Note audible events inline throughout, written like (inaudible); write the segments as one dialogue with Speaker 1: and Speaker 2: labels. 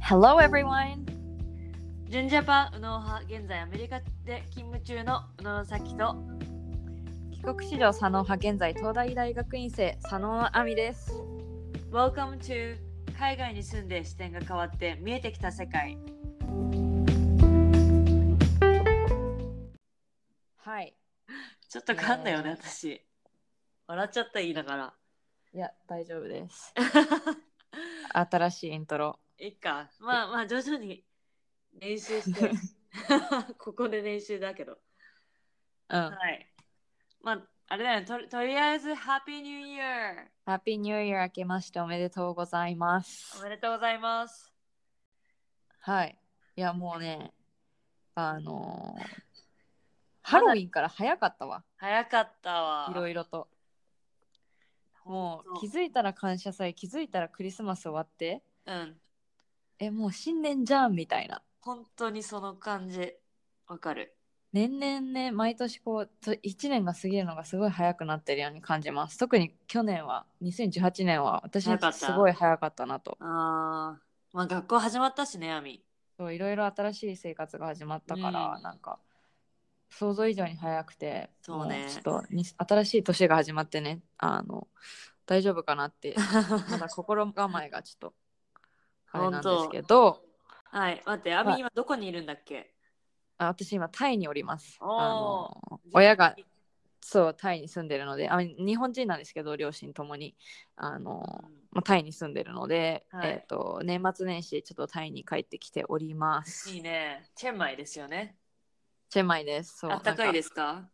Speaker 1: Hello, everyone.
Speaker 2: 純ジャパン右脳派現在アメリカで勤務中の宇野咲と
Speaker 1: 帰国子女佐野派現在東大大学院生佐野亜美です。
Speaker 2: Welcome to 海外に住んで視点が変わって見えてきた世界
Speaker 1: はい。
Speaker 2: ちょっと噛んだよ
Speaker 1: ね
Speaker 2: ね私笑っちゃった言いながら (laughs)
Speaker 1: いや、大丈夫です。 (laughs) 新しいイントロ。
Speaker 2: いっかまあまあ徐々に練習して (laughs) ここで練習だけど
Speaker 1: うん。
Speaker 2: はいまああれだよねとりとりあえず Happy New Year!
Speaker 1: Happy New Year 明けましておめでとうございま
Speaker 2: お
Speaker 1: す。
Speaker 2: めでとうございます
Speaker 1: はい。いや、もうね、あのーハロウィンから早かったわ。
Speaker 2: 早かったわ
Speaker 1: いろいろと。もう気
Speaker 2: う
Speaker 1: づいたら感謝祭、気づいたらクリスマス終わって、
Speaker 2: うん
Speaker 1: え、もう新年じゃんみたいな。
Speaker 2: 本当にその感じわかる
Speaker 1: 年々ね毎年こう1年が過ぎるのがすごい早くなってるように感じます特に去年は2018年は私にとって
Speaker 2: 早かった
Speaker 1: すごい早かったなと
Speaker 2: あーまあ学校始まったしねア
Speaker 1: (laughs)
Speaker 2: ミ
Speaker 1: そういろいろ新しい生活が始まったから、
Speaker 2: うん
Speaker 1: なんか想像以上に早くて
Speaker 2: そうね
Speaker 1: もちょっとに新しい年が始まってねあの大丈夫かなってまだ心構えがちょっとあれなんですけど
Speaker 2: はい待ってアミ今どこにいるんだっけ
Speaker 1: あ私今タイにおります
Speaker 2: おー
Speaker 1: あの親がそうタイに住んでるのであ日本人なんですけど両親ともにあの、まあ、タイに住んでるので、
Speaker 2: はい
Speaker 1: えっと年末年始ちょっとタイに帰ってきております
Speaker 2: いいねチェンマイですよね
Speaker 1: チェンマイですそう
Speaker 2: あったかいですすか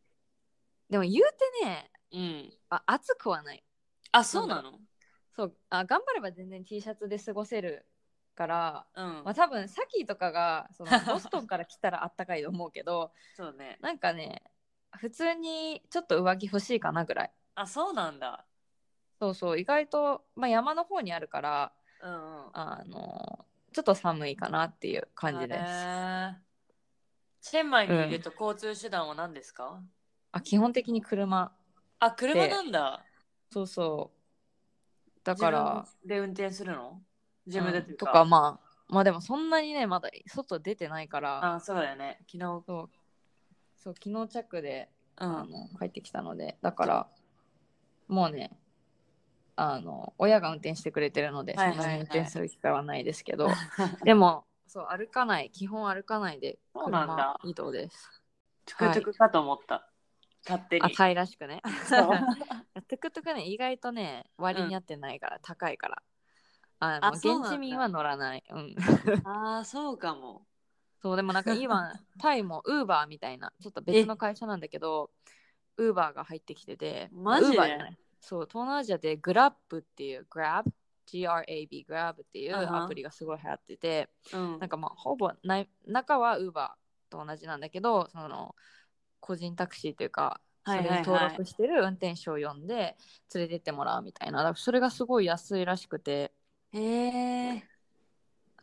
Speaker 1: でも言うてね
Speaker 2: うん
Speaker 1: あ暑くはない
Speaker 2: あそうなの
Speaker 1: そうあ頑張れば全然 T シャツで過ごせるから、
Speaker 2: うん
Speaker 1: まあ、多分サキとかがその
Speaker 2: (laughs)
Speaker 1: ボストンから来たらあったかいと思うけど
Speaker 2: そうね
Speaker 1: なんかね普通にちょっと上着欲しいかなぐらい
Speaker 2: あそうなんだ
Speaker 1: そうそう意外と、まあ、山の方にあるから
Speaker 2: うんうん
Speaker 1: あのちょっと寒いかなっていう感じです。あ
Speaker 2: へーチェンマイにいると交通手段は何ですか、
Speaker 1: 基本的に車
Speaker 2: あ車なんだ
Speaker 1: そうそうだから
Speaker 2: 自分で運転するの自分で
Speaker 1: うんとか
Speaker 2: と
Speaker 1: まあまあでもそんなにねまだ外出てないから
Speaker 2: あそうだよね昨日
Speaker 1: そうそう昨日着で、
Speaker 2: う
Speaker 1: あ
Speaker 2: ん
Speaker 1: の帰ってきたのでだからもうねあの親が運転してくれてるので、
Speaker 2: はいはいはい
Speaker 1: そんなに運転する機会はないですけ
Speaker 2: (laughs)
Speaker 1: どでもそう歩かない基本歩かないで
Speaker 2: そうなんだ
Speaker 1: 車移動です。
Speaker 2: トゥクトゥクかと思った。勝手に
Speaker 1: あ。タイらしくね。
Speaker 2: そう
Speaker 1: (laughs) トゥクトゥクね意外とね割に合ってないから、高いからあの
Speaker 2: あそうなんだ
Speaker 1: 現地民は乗らないうん
Speaker 2: ああ、そうかも。
Speaker 1: そうでもなんか
Speaker 2: (laughs)
Speaker 1: 今タイもウーバーみたいなちょっと別の会社なんだけどウーバーが入ってきてて
Speaker 2: マジで
Speaker 1: Uber じゃないそう東南アジアでグラップっていう Grab GRAB グラブっていう
Speaker 2: あは
Speaker 1: アプリがすごい流行ってて、
Speaker 2: うん
Speaker 1: なんかまあほぼない中はウーバーと同じなんだけどその個人タクシーというかそ
Speaker 2: はい
Speaker 1: れ
Speaker 2: は
Speaker 1: に
Speaker 2: いはい
Speaker 1: 登録してる運転手を呼んで連れてってもらうみたいな、だからそれがすごい安いらしくて
Speaker 2: へえ。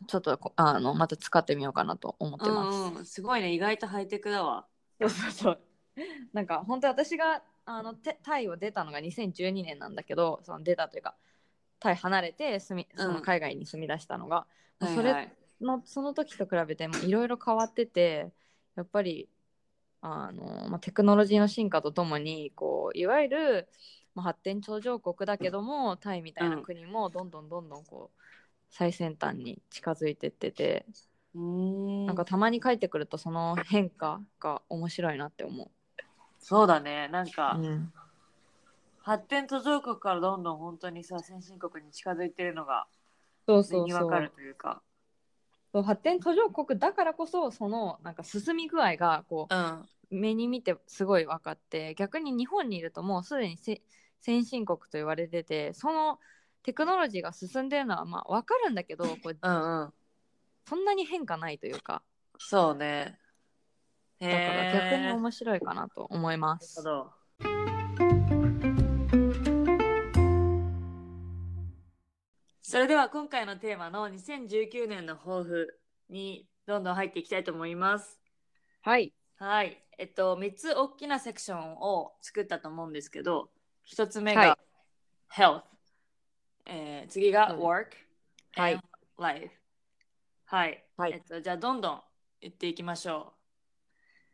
Speaker 1: ちょっとこあのまた使ってみようかなと思って
Speaker 2: う
Speaker 1: ます、
Speaker 2: んうん。すごいね。意外とハイテクだわ。
Speaker 1: そうそう (laughs) そうなんか本当私があのてタイを出たのが2012年なんだけどその出たというかタイ離れて住みその海外に住み出したのが、もうそれ
Speaker 2: はいはい
Speaker 1: のその時と比べてもいろいろ変わっててやっぱりあの、まあ、テクノロジーの進化とともにこういわゆる、まあ、発展途上国だけどもタイみたいな国もどんどんどんどんこう最先端に近づいてってて、
Speaker 2: うーん。
Speaker 1: なんかたまに帰ってくるとその変化が面白いなって思う。
Speaker 2: そうだね。なんか、
Speaker 1: うん
Speaker 2: 発展途上国からどんどん本当にさ、先進国に近づいてるのが、
Speaker 1: そう
Speaker 2: 目
Speaker 1: そう
Speaker 2: に
Speaker 1: そ
Speaker 2: わか
Speaker 1: う
Speaker 2: るというか。
Speaker 1: そう発展途上国だからこそそのなんか進み具合がこう
Speaker 2: うん。
Speaker 1: 目に見てすごい分かって逆に日本にいるともうすでにせ先進国と言われててそのテクノロジーが進んでるのはまあ分かるんだけどこう
Speaker 2: うんうん。
Speaker 1: そんなに変化ないというか
Speaker 2: そうね。へ
Speaker 1: だから
Speaker 2: え。
Speaker 1: 逆に面白いかなと思いま
Speaker 2: なるほ
Speaker 1: す。
Speaker 2: ど。それでは今回のテーマの2019年の抱負にどんどん入っていきたいと思います。
Speaker 1: はい、
Speaker 2: はい。えっと、3つ大きなセクションを作ったと思うんですけど、1つ目
Speaker 1: はい
Speaker 2: が Health、えー次が
Speaker 1: うん
Speaker 2: Work
Speaker 1: はい
Speaker 2: and Life。はい、
Speaker 1: はい
Speaker 2: えっと、じゃあどんどん言っていきましょ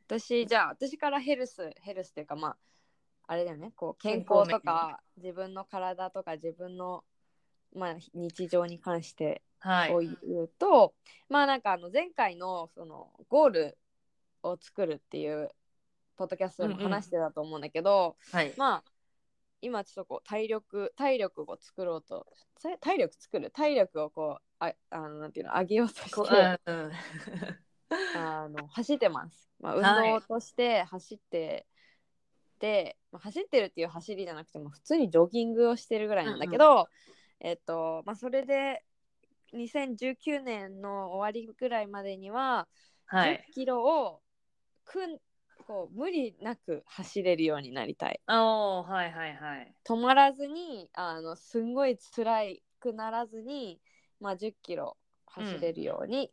Speaker 1: 私じゃあ私からヘルスヘルスっていうかまああれだよねこう健康と
Speaker 2: 健康
Speaker 1: か自分の体とか自分の、まあ、日常に関して
Speaker 2: うはい
Speaker 1: を言うと、まあなんかあの前回のそのゴールを作るっていうポッドキャストでも話してたと思うんだけど、
Speaker 2: はい
Speaker 1: まあ今ちょっとこう体力体力を作ろうとさ体力作る体力をこうああのなんていうの上げようと
Speaker 2: こ
Speaker 1: し
Speaker 2: う
Speaker 1: て
Speaker 2: うんうん
Speaker 1: あの走ってます、まあ、運
Speaker 2: はい
Speaker 1: 動として走って、で、まあ、走ってるっていう走りじゃなくても普通にジョギングをしてるぐらいなんだけど、えっとまあそれで2019年の終わりぐらいまでには
Speaker 2: は
Speaker 1: 10
Speaker 2: い
Speaker 1: キロをくん、こう無理なく走れるようになりたい。
Speaker 2: おーはいはいはい
Speaker 1: 止まらずにあのすんごい辛いくならずに、まあ、1 0キロ走れるように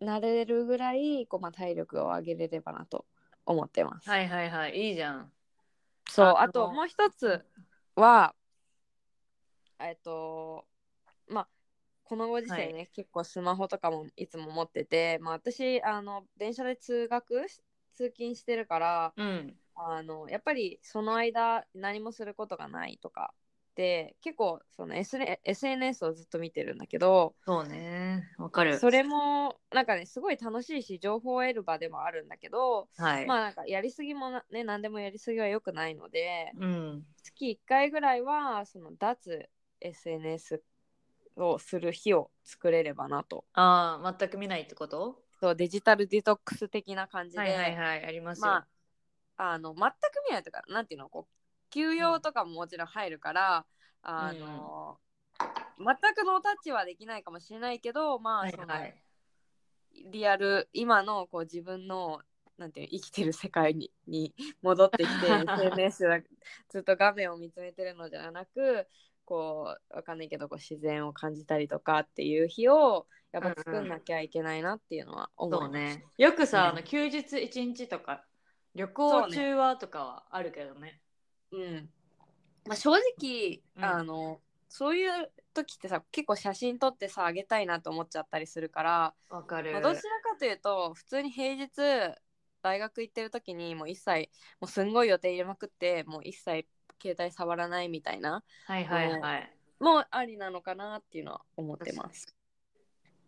Speaker 1: なれるぐらい、こうまあ、体力を上げれればなと思ってます。
Speaker 2: はいはいはいいいじゃん
Speaker 1: そう
Speaker 2: あ
Speaker 1: あと
Speaker 2: の
Speaker 1: もう一つはえっとまあこのご時世ね、結構スマホとかもいつも持ってて、まあ、私あの電車で通学し通勤してるから、
Speaker 2: うん
Speaker 1: あのやっぱりその間何もすることがないとかで結構その SN SNS をずっと見てるんだけど
Speaker 2: そうねわかる
Speaker 1: それもなんかねすごい楽しいし情報を得る場でもあるんだけど、
Speaker 2: はい、
Speaker 1: まあなんかやりすぎもなね何でもやりすぎは良くないので
Speaker 2: うん
Speaker 1: 月1回ぐらいはその脱 SNS をする日を作れればなと
Speaker 2: ああ全く見ないってこと
Speaker 1: そうデジタルデトックス的な感じで、
Speaker 2: はいはいはいありますよ、
Speaker 1: まあ、あの全く見ないとかなんていうのこう休養とかももちろん入るから、あの全くノータッチはできないかもしれないけどま
Speaker 2: は
Speaker 1: あ
Speaker 2: い
Speaker 1: その、
Speaker 2: はい
Speaker 1: リアル今のこう自分のなんていうの生きてる世界にに戻ってき
Speaker 2: (laughs)
Speaker 1: て SNS だずっと画面を見つめてるのじゃなくこうわかんないけどこう自然を感じたりとかっていう日をやっぱ作んなきゃいけないなっていうのは思
Speaker 2: そううねよく
Speaker 1: う
Speaker 2: さ、
Speaker 1: ん
Speaker 2: あの休日1日とか旅行中はとかはあるけどね
Speaker 1: うんまあ、正直、
Speaker 2: うん
Speaker 1: あのそういう時ってさ結構写真撮ってさあげたいなと思っちゃったりするから、
Speaker 2: わかる
Speaker 1: まあ、どちらかというと普通に平日大学行ってる時にもう一切もうすんごい予定入れまくってもう一切携帯触らないみたいな
Speaker 2: はいはいはい
Speaker 1: もうありなのかなっていうのは思ってます。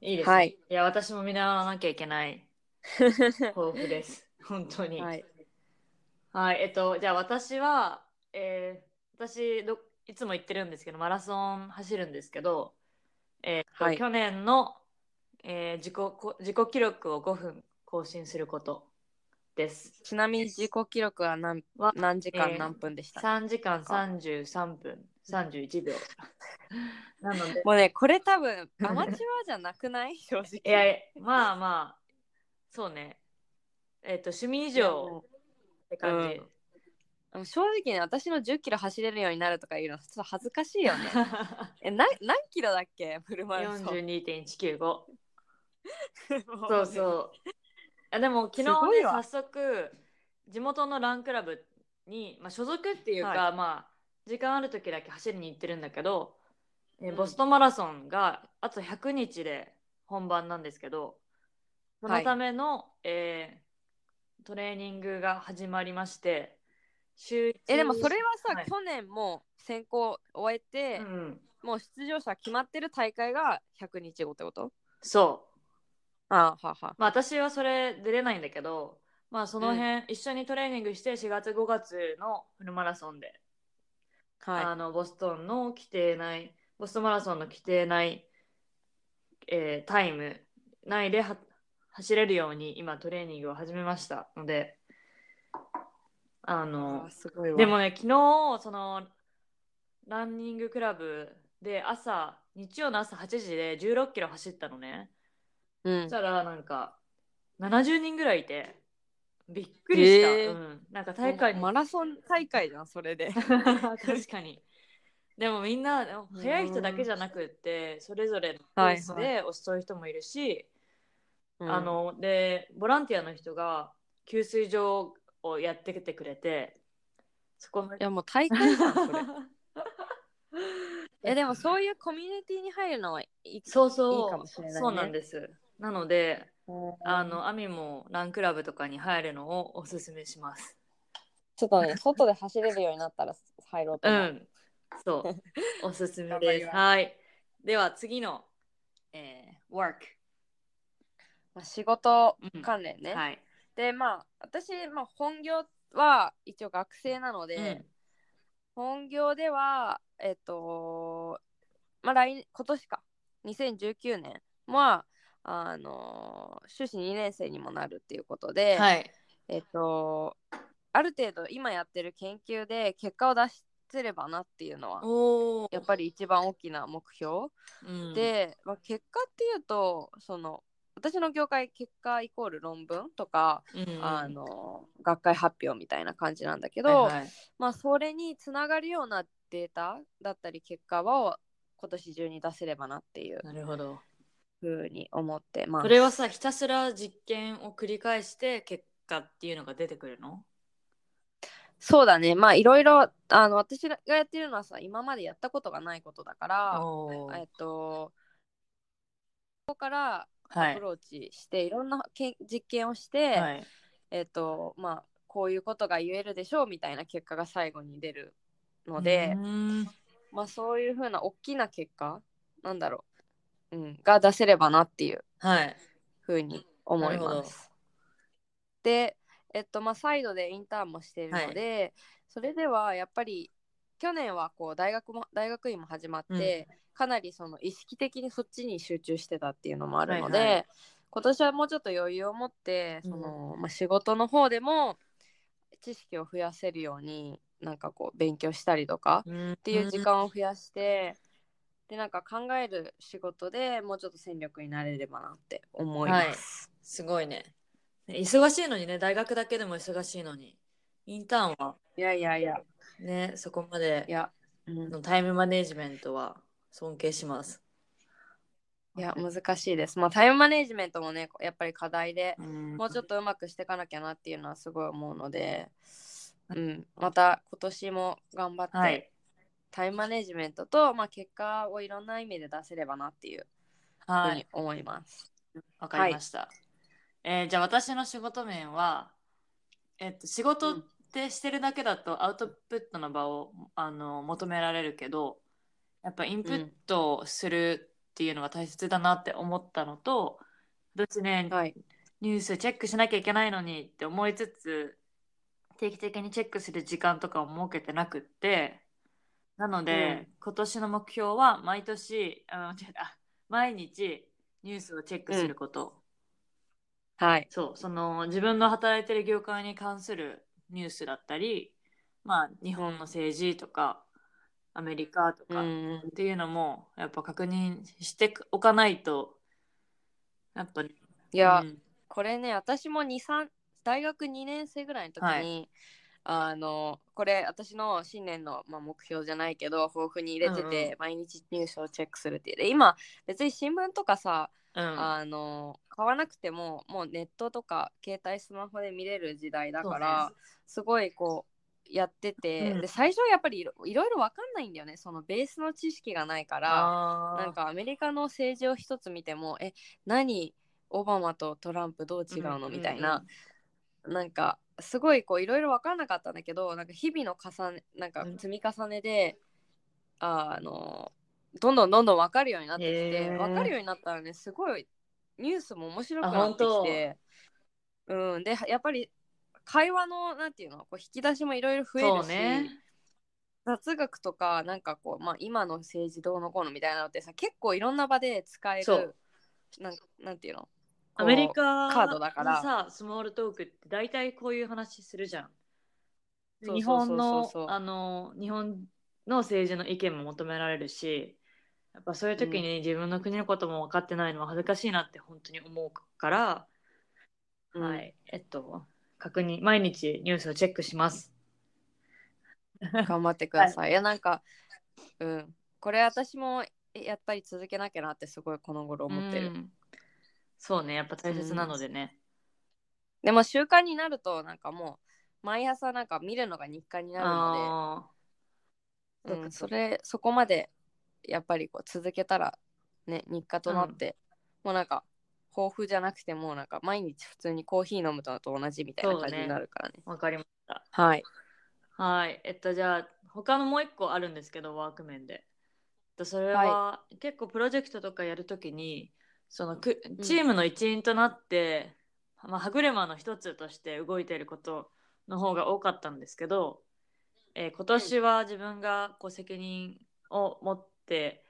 Speaker 2: いいですね、
Speaker 1: はい
Speaker 2: い、や私も見習わなきゃいけない抱負です (laughs) 本当に
Speaker 1: はい、
Speaker 2: はいえっとじゃあ私はえー私どいつも言ってるんですけどマラソン走るんですけど、えっと
Speaker 1: はい
Speaker 2: 去年の、えー自己こ自己記録を5分更新することで
Speaker 1: (laughs)
Speaker 2: す
Speaker 1: ちなみに自己記録は何
Speaker 2: は
Speaker 1: 何時間
Speaker 2: えー
Speaker 1: 何分でした、
Speaker 2: 3時間33分31秒 (laughs) なので
Speaker 1: もうねこれ多分アマチュアじゃなくない (laughs) 正直。
Speaker 2: いやいやまあまあそうねえっ、と趣味以上って感じ、
Speaker 1: でも正直ね私の1 0キロ走れるようになるとかいうのちょっと恥ずかしい
Speaker 2: (laughs)
Speaker 1: よねえな何キロだっけフルマラソン
Speaker 2: 42.195
Speaker 1: (laughs) そ
Speaker 2: そうそうあでも昨
Speaker 1: す
Speaker 2: 日
Speaker 1: ご
Speaker 2: ね
Speaker 1: いわ
Speaker 2: 早速地元のランクラブに、まあ、所属っていうか、
Speaker 1: は
Speaker 2: まあ時間ある時だけ走りに行ってるんだけど、え
Speaker 1: うん
Speaker 2: ボストンマラソンがあと100日で本番なんですけどそのための、えートレーニングが始まりまして週一
Speaker 1: えでもそれはさ、
Speaker 2: はい
Speaker 1: 去年もう選考終えて
Speaker 2: う、ん、
Speaker 1: もう出場者決まってる大会が100日後ってこと
Speaker 2: そう
Speaker 1: あーはあはあ
Speaker 2: まあ、私はそれ出れないんだけど、まあ、その辺、一緒にトレーニングして4月5月のフルマラソンで、あ
Speaker 1: は
Speaker 2: のボストンの規定内ボストンマラソンの規定内、えータイム内では走れるように今トレーニングを始めましたのであ
Speaker 1: い
Speaker 2: の
Speaker 1: あーすごいわ
Speaker 2: でもね昨日そのランニングクラブで朝日曜の朝8時で1 6キロ走ったのね。
Speaker 1: うん
Speaker 2: そしたらなんか70人ぐらいいてびっくりした、
Speaker 1: へー
Speaker 2: うん、なんか大会に
Speaker 1: マラソン大会じゃんそ
Speaker 2: (laughs)
Speaker 1: れで (laughs)
Speaker 2: 確かにでもみんな速い人だけじゃなくってそれぞれのペース
Speaker 1: は
Speaker 2: で遅い人もいるし、
Speaker 1: うん
Speaker 2: あのでボランティアの人が給水場をやってきてくれてそこの
Speaker 1: いやもう大会じゃん
Speaker 2: (laughs)
Speaker 1: それえでも
Speaker 2: う
Speaker 1: そういうコミュニティに入るのはいい
Speaker 2: そうそう
Speaker 1: いいかもしれないね
Speaker 2: そうなんですなので、あ
Speaker 1: あの
Speaker 2: の、アミもランクラブとかに入るのをおすすめします。
Speaker 1: ちょっとね外で走れるようになったら入ろうと
Speaker 2: う
Speaker 1: 思う、
Speaker 2: ん。
Speaker 1: (laughs)
Speaker 2: そう。おすすめ
Speaker 1: 頑張り
Speaker 2: です。
Speaker 1: ます
Speaker 2: はい。では次の、えー、work。
Speaker 1: まあ、仕事
Speaker 2: うん
Speaker 1: 関連ね、
Speaker 2: はい。
Speaker 1: でまあ私、まあ、本業は一応学生なので、
Speaker 2: うん
Speaker 1: 本業ではえっとまあ来今年か2019年はあの修士2年生にもなるっていうことで、
Speaker 2: はい。
Speaker 1: えっとある程度今やってる研究で結果を出せればなっていうのは
Speaker 2: おお。
Speaker 1: やっぱり一番大きな目標、
Speaker 2: うん、
Speaker 1: で、まあ、結果っていうとその私の業界結果イコール論文とか、
Speaker 2: うん
Speaker 1: あの学会発表みたいな感じなんだけど、
Speaker 2: はいはい
Speaker 1: まあ、それにつながるようなデータだったり結果を今年中に出せればなっていう
Speaker 2: なるほど。
Speaker 1: ふうに思ってます。
Speaker 2: それはさ、ひたすら実験を繰り返して結果っていうのが出てくるの
Speaker 1: そうだねまあいろいろあの私がやってるのはさ今までやったことがないことだから、
Speaker 2: おー
Speaker 1: えっとここから
Speaker 2: は
Speaker 1: アプ
Speaker 2: い。
Speaker 1: ローチして、い、ろんなけん実験をして、
Speaker 2: はい。
Speaker 1: えっとまあこういうことが言えるでしょうみたいな結果が最後に出るので。
Speaker 2: うーん
Speaker 1: まあそういう風な大きな結果なんだろう、うん、が出せればなっていう
Speaker 2: はい。
Speaker 1: 風に思い
Speaker 2: なる
Speaker 1: ま
Speaker 2: ほど
Speaker 1: す。で、えっとまあ、サイドでインターンもしているので、それではやっぱり去年はこう大学も大学院も始まって、かなりその意識的にそっちに集中してたっていうのもあるので、
Speaker 2: はいはい
Speaker 1: 今年はもうちょっと余裕を持ってその、まあ、仕事の方でも知識を増やせるようになんかこう勉強したりとか、
Speaker 2: っ
Speaker 1: っていう時。間を増やして、でなんか考える仕事でもうちょっと戦力になれればなって思います。、
Speaker 2: すごいね。ね忙しいのにね、大学だけでも忙しいのに。インターンはい
Speaker 1: やいやいや
Speaker 2: ね、そこま
Speaker 1: い
Speaker 2: で
Speaker 1: や、うん
Speaker 2: のタイムマネジメントは尊敬します。
Speaker 1: いや難しいです。まあタイムマネジメントもねやっぱり課題でもうちょ
Speaker 2: っ
Speaker 1: っとうまくしていかなきゃなっていうのはすごい思うので、うん、また今年も頑張って、
Speaker 2: はい。
Speaker 1: タイムマネジメントと、まあ、結果をいろんな意味で出せればなっていうふ
Speaker 2: は
Speaker 1: う
Speaker 2: い
Speaker 1: に。思います。
Speaker 2: わかりました。えーじゃあ私の仕事面は、えっと、仕事ってしてるだけだとアウトプットの場をあの求められるけどやっぱインプットをするっていうのが大切だなって思ったのと私ね、
Speaker 1: はい、
Speaker 2: ニュースチェックしなきゃいけないのにって思いつつ定期的にチェックする時間とかを設けてなくってなので、
Speaker 1: うん
Speaker 2: 今年の目標は毎年あ間違えた毎日ニュースをチェックすること、
Speaker 1: はい、
Speaker 2: そうその自分の働いてる業界に関するニュースだったりまあ日本の政治とか、アメリカと
Speaker 1: う
Speaker 2: か、
Speaker 1: ん
Speaker 2: っていうのもやっぱ確認しておかないとやっぱり、
Speaker 1: いや、
Speaker 2: うん
Speaker 1: これね私も23大学2年生ぐらいの時に、
Speaker 2: はい
Speaker 1: あのこれ私の新年の、まあ、目標じゃないけど抱負に入れてて、
Speaker 2: うんう
Speaker 1: 毎日ニュースをチェックするっていうで今別に新聞とかさ、
Speaker 2: うん
Speaker 1: あの買わなくてももうネットとか携帯スマホで見れる時代だか
Speaker 2: そ
Speaker 1: ら、
Speaker 2: うね
Speaker 1: すごいこうやってて、
Speaker 2: うん
Speaker 1: で最初はやっぱりいろいろいろ分かんないんだよねそのベースの知識がないから。
Speaker 2: あー
Speaker 1: なんかアメリカの政治を一つ見てもえ何オバマとトランプどう違うの、
Speaker 2: ん
Speaker 1: みたいな、なんかすごいこういろいろ分かんなかったんだけどなんか日々の重ねなんか
Speaker 2: うん
Speaker 1: 積み重ねで、あのどんどんどんどん分かるようになってき
Speaker 2: へ
Speaker 1: て
Speaker 2: ー
Speaker 1: 分かるようになったらねすごいニュースも面白くなって
Speaker 2: あ
Speaker 1: き
Speaker 2: 本
Speaker 1: てうんでやっぱり会話のなんていうのこう引き出しもいろいろ増えるし
Speaker 2: そうね
Speaker 1: 雑学とかなんかこう、まあ、今の政治どうのこうのみたいなのってさ結構いろんな場で使え
Speaker 2: そう
Speaker 1: るなんなんていうのこう
Speaker 2: アメリカ
Speaker 1: カードだから
Speaker 2: のさスモールトークって大体こういう話するじゃんで
Speaker 1: そう
Speaker 2: 日
Speaker 1: そうそう
Speaker 2: 本
Speaker 1: そう
Speaker 2: のあの日本の政治の意見も求められるしやっぱそういう時に自分の国のことも分かってないのは恥ずかしいなって本当に思うから、
Speaker 1: うん
Speaker 2: はいえっと確認毎日ニュースをチェックします
Speaker 1: 頑張ってください、い、やなんかうんこれ私もえやっぱり続けなきゃなってすごいこの頃思ってる、
Speaker 2: うんそうねやっぱ大切なのでね、
Speaker 1: でも習慣になるとなんかもう毎朝なんか見るのが日課になるの
Speaker 2: あ
Speaker 1: で、
Speaker 2: ー
Speaker 1: うん、それそこまでやっぱりこう続けたらね日課となって、もうなんか豊富じゃなくてもなんか毎日普通にコーヒー飲むのと同じみたいな感じになるからね
Speaker 2: わかりました。
Speaker 1: はい
Speaker 2: はい。えっと、じゃあ、他のもう一個あるんですけど、ワーク面で。えっとそれは、結構プロジェクトとかやるときに、そのく
Speaker 1: ん
Speaker 2: チームの一員となって、まあ、歯車の一つとして動いていることの方が多かったんですけど、えー今年は自分がこう責任を持って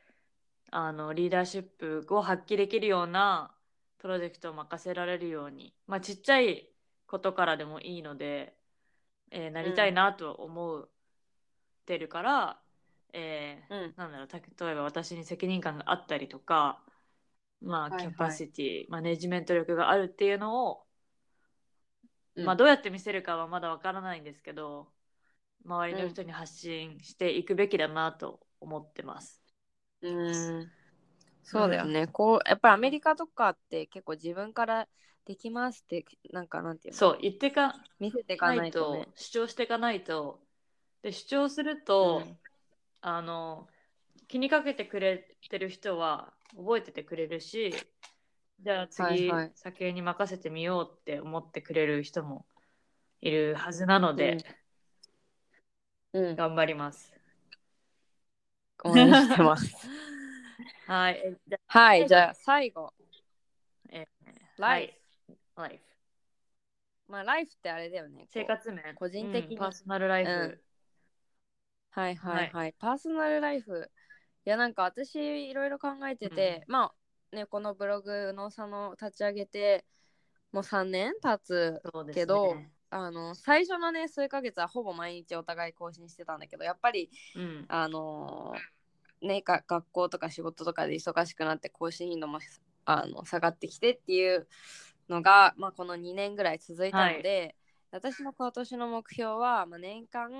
Speaker 2: あのリーダーシップを発揮できるようなプロジェクトを任せられるように、まあ、ちっちゃいことからでもいいので、えーなりたいなと思ってるから、えー
Speaker 1: うん
Speaker 2: なんだろうた例えば私に責任感があったりとか、まあ、
Speaker 1: はいはい
Speaker 2: キャパシティ、マネジメント力があるっていうのを、
Speaker 1: うん
Speaker 2: まあ、どうやって見せるかはまだわからないんですけど周りの人に発信していくべきだなと思ってます。
Speaker 1: うんそうだよね、こうやっぱりアメリカとかって結構自分からできますってなんかなんていうの
Speaker 2: そう言ってか
Speaker 1: 見せていか
Speaker 2: な
Speaker 1: ないいと
Speaker 2: と
Speaker 1: ね
Speaker 2: 主張していかないとで主張すると、
Speaker 1: うん
Speaker 2: あの気にかけてくれてる人は覚えててくれるしじゃあ次、
Speaker 1: はいはい
Speaker 2: 酒に任せてみようって思ってくれる人もいるはずなので、
Speaker 1: うん
Speaker 2: 頑張ります。
Speaker 1: 応援してます
Speaker 2: (laughs) はい、えじゃ
Speaker 1: (laughs) はいじゃあ最後
Speaker 2: あ
Speaker 1: ライフ、
Speaker 2: はいライフ
Speaker 1: まあライフってあれだよねこう
Speaker 2: 生活面
Speaker 1: 個人的に
Speaker 2: パーソナルライフ、
Speaker 1: うんはいはいはい、パーソナルライフいやなんか私いろいろ考えてて、まあねこのブログのさの立ち上げてもう3年経つ
Speaker 2: そうですね
Speaker 1: けどあの最初のね数ヶ月はほぼ毎日お互い更新してたんだけどやっぱり
Speaker 2: うん、
Speaker 1: あのーねが学校とか仕事とかで忙しくなって更新頻度もあの下がってきてっていうのが、まあ、この2年ぐらい続いたので、私の今年の目標は、まあ、年間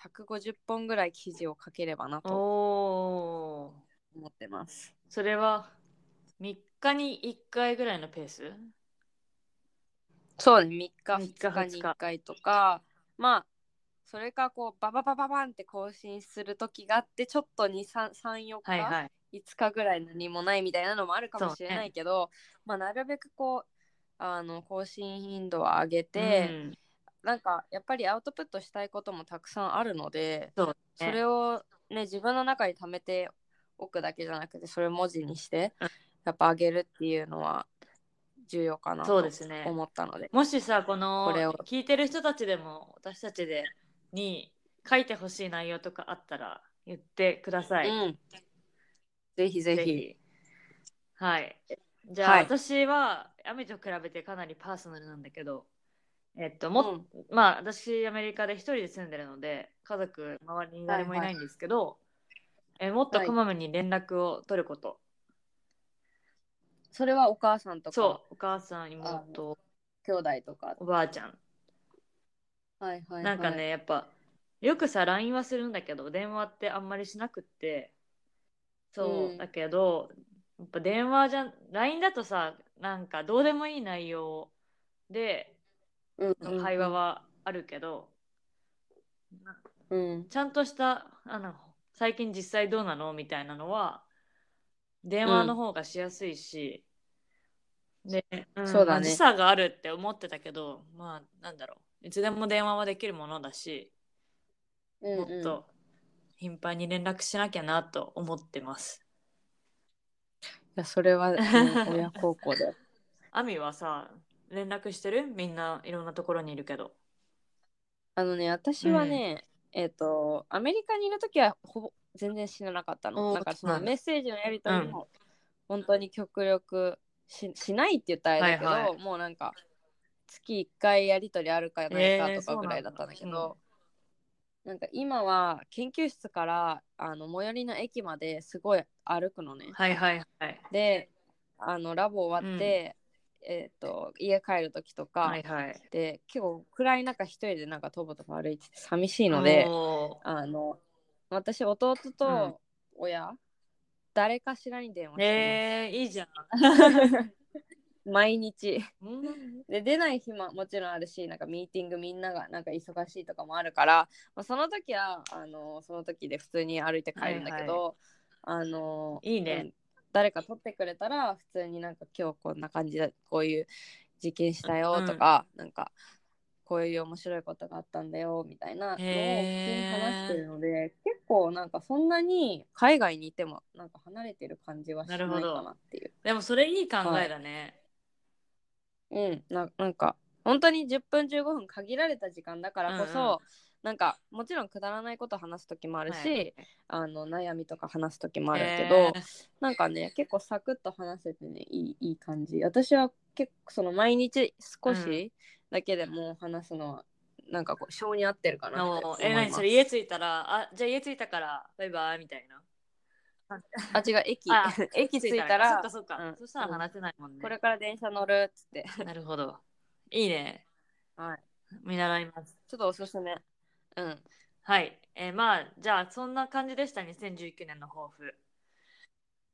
Speaker 1: 150本ぐらい記事を書ければなと
Speaker 2: おー
Speaker 1: 思ってます。
Speaker 2: それは3日に1回ぐらいのペース
Speaker 1: そうね3日
Speaker 2: 3日
Speaker 1: 2日に1回とかまあそれかこうバババババンって更新する時があってちょっと234日、
Speaker 2: はいはい。
Speaker 1: 5日ぐらい何もないみたいなのもあるかもしれないけど、まあ、なるべくこうあの更新頻度を上げて、
Speaker 2: うん
Speaker 1: なんかやっぱりアウトプットしたいこともたくさんあるので
Speaker 2: そう
Speaker 1: そ
Speaker 2: ね
Speaker 1: れを、ね、自分の中に貯めておくだけじゃなくてそれを文字にして
Speaker 2: うん
Speaker 1: やっぱ上げるっていうのは重要かな
Speaker 2: そう
Speaker 1: と
Speaker 2: ですね。
Speaker 1: 思ったので
Speaker 2: もしさ、この
Speaker 1: これを
Speaker 2: 聞いてる人たちでも、私たちでに書いてほしい内容とかあったら言ってください。
Speaker 1: うん、ぜひぜひ
Speaker 2: ぜひはい。じゃあ、
Speaker 1: はい
Speaker 2: 私は、雨と比べてかなりパーソナルなんだけど、えっと、もっまあ私アメリカで一人で住んでるので家族周りに誰もいないんですけど、えもっとこまめに連絡を取ること、
Speaker 1: それはお母さんとか
Speaker 2: そうお母さん妹
Speaker 1: 兄弟とか、
Speaker 2: おばあちゃん、
Speaker 1: はいはいはい、
Speaker 2: なんかねやっぱよくさ LINE はするんだけど電話ってあんまりしなくってそう、
Speaker 1: うん
Speaker 2: だけどやっぱ電話じゃ LINE だとさなんかどうでもいい内容で
Speaker 1: うんうんうん、
Speaker 2: 会話はあるけど、
Speaker 1: うん、
Speaker 2: ちゃんとしたあの最近実際どうなのみたいなのは電話の方がしやすいし、で、ん
Speaker 1: そうだね
Speaker 2: まあ時差があるって思ってたけどまあなんだろういつでも電話はできるものだしもっと頻繁に連絡しなきゃなと思ってます。
Speaker 1: いやそれは、
Speaker 2: (laughs)
Speaker 1: ね親孝行だよ
Speaker 2: アミはさ連絡してるみんないろんなところにいるけど。
Speaker 1: あのね私はね、えっ、とアメリカにいる時はほぼ全然知らなかった
Speaker 2: お
Speaker 1: の
Speaker 2: ー
Speaker 1: なんかそ
Speaker 2: そうな
Speaker 1: の
Speaker 2: んだ
Speaker 1: メッセージのやり取りも本当に極力ししないって言ったらあれだけど、
Speaker 2: はいは
Speaker 1: もうなんか月1回やり取りあるかないかとかぐらいだったんだけど、
Speaker 2: えーそうなんだ
Speaker 1: なんか今は研究室からあの最寄りの駅まですごい歩くのね。
Speaker 2: はいはいはい。
Speaker 1: であのラボ終わって、えっ、と家帰る時とか、
Speaker 2: はいはい。
Speaker 1: で結構暗い中一人でなんかとぼとぼ歩いてて寂しいので
Speaker 2: お
Speaker 1: あの私弟
Speaker 2: うん
Speaker 1: と親、誰かしらに電話し
Speaker 2: ー
Speaker 1: て
Speaker 2: えー、いいじゃん。
Speaker 1: ます、 (laughs) 毎日
Speaker 2: うん
Speaker 1: で出ない日ももちろんあるしなんかミーティングみんながなんか忙しいとかもあるから、まあ、その時はあのその時で普通に歩いて帰るんだけど、あの
Speaker 2: いいね
Speaker 1: うん誰か取ってくれたら普通になんか今日こんな感じでこういう実験したよとか、なんかこういう面白いことがあったんだよみたいなのを普通に話してるので結構なんかそんなに海外にいてもなんか離れてる感じはしないかなっていう。
Speaker 2: でもそれいい考えだね。
Speaker 1: うん、ななんか本当に10分15分限られた時間だからこそ、
Speaker 2: うんうん
Speaker 1: なんかもちろんくだらないこと話す時もあるし、
Speaker 2: はい
Speaker 1: あの悩みとか話す時もあるけど、
Speaker 2: えー
Speaker 1: なんかね結構サクッと話せてねいいいい感じ私は結構その毎日少しだけでも話すのは、なんかこう性に合ってるかなって思
Speaker 2: の
Speaker 1: い
Speaker 2: え、何
Speaker 1: ます
Speaker 2: それ家着いたら、あ、じゃあ家着いたから、バイバイみたいな。
Speaker 1: (laughs) あ違う駅
Speaker 2: あ
Speaker 1: (laughs) 駅着いた
Speaker 2: そっ
Speaker 1: ら
Speaker 2: かそっか。
Speaker 1: うん
Speaker 2: そしたら話せないもんね。
Speaker 1: これから電車乗るっつって、
Speaker 2: なるほど。いいね。
Speaker 1: はい、
Speaker 2: 見習います。
Speaker 1: ちょっとおすすめうん
Speaker 2: はい。えーまあ、じゃあ、そんな感じでした、2019年の抱負。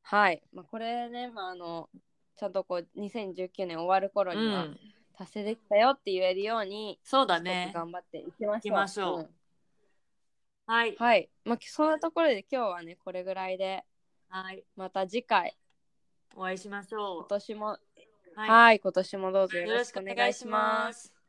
Speaker 1: はい、まあ、これね、まあ、あのちゃんとこう2019年終わる頃
Speaker 2: う
Speaker 1: には
Speaker 2: ん。
Speaker 1: 達成できたよって言えるように、
Speaker 2: そうだ
Speaker 1: 一
Speaker 2: ね
Speaker 1: つ。頑張っていきましょう。
Speaker 2: いきましょうはい
Speaker 1: ん。はい、まあ、そんなところで今日はねこれぐらいで
Speaker 2: はい。
Speaker 1: また次回
Speaker 2: お会いしましょ
Speaker 1: 今年も
Speaker 2: う。
Speaker 1: はい
Speaker 2: い。
Speaker 1: 今年もどうぞよ
Speaker 2: よろ
Speaker 1: ろ
Speaker 2: し
Speaker 1: し
Speaker 2: く
Speaker 1: く
Speaker 2: お
Speaker 1: お
Speaker 2: 願
Speaker 1: 願
Speaker 2: い
Speaker 1: い
Speaker 2: し
Speaker 1: し
Speaker 2: ま
Speaker 1: ます。
Speaker 2: す。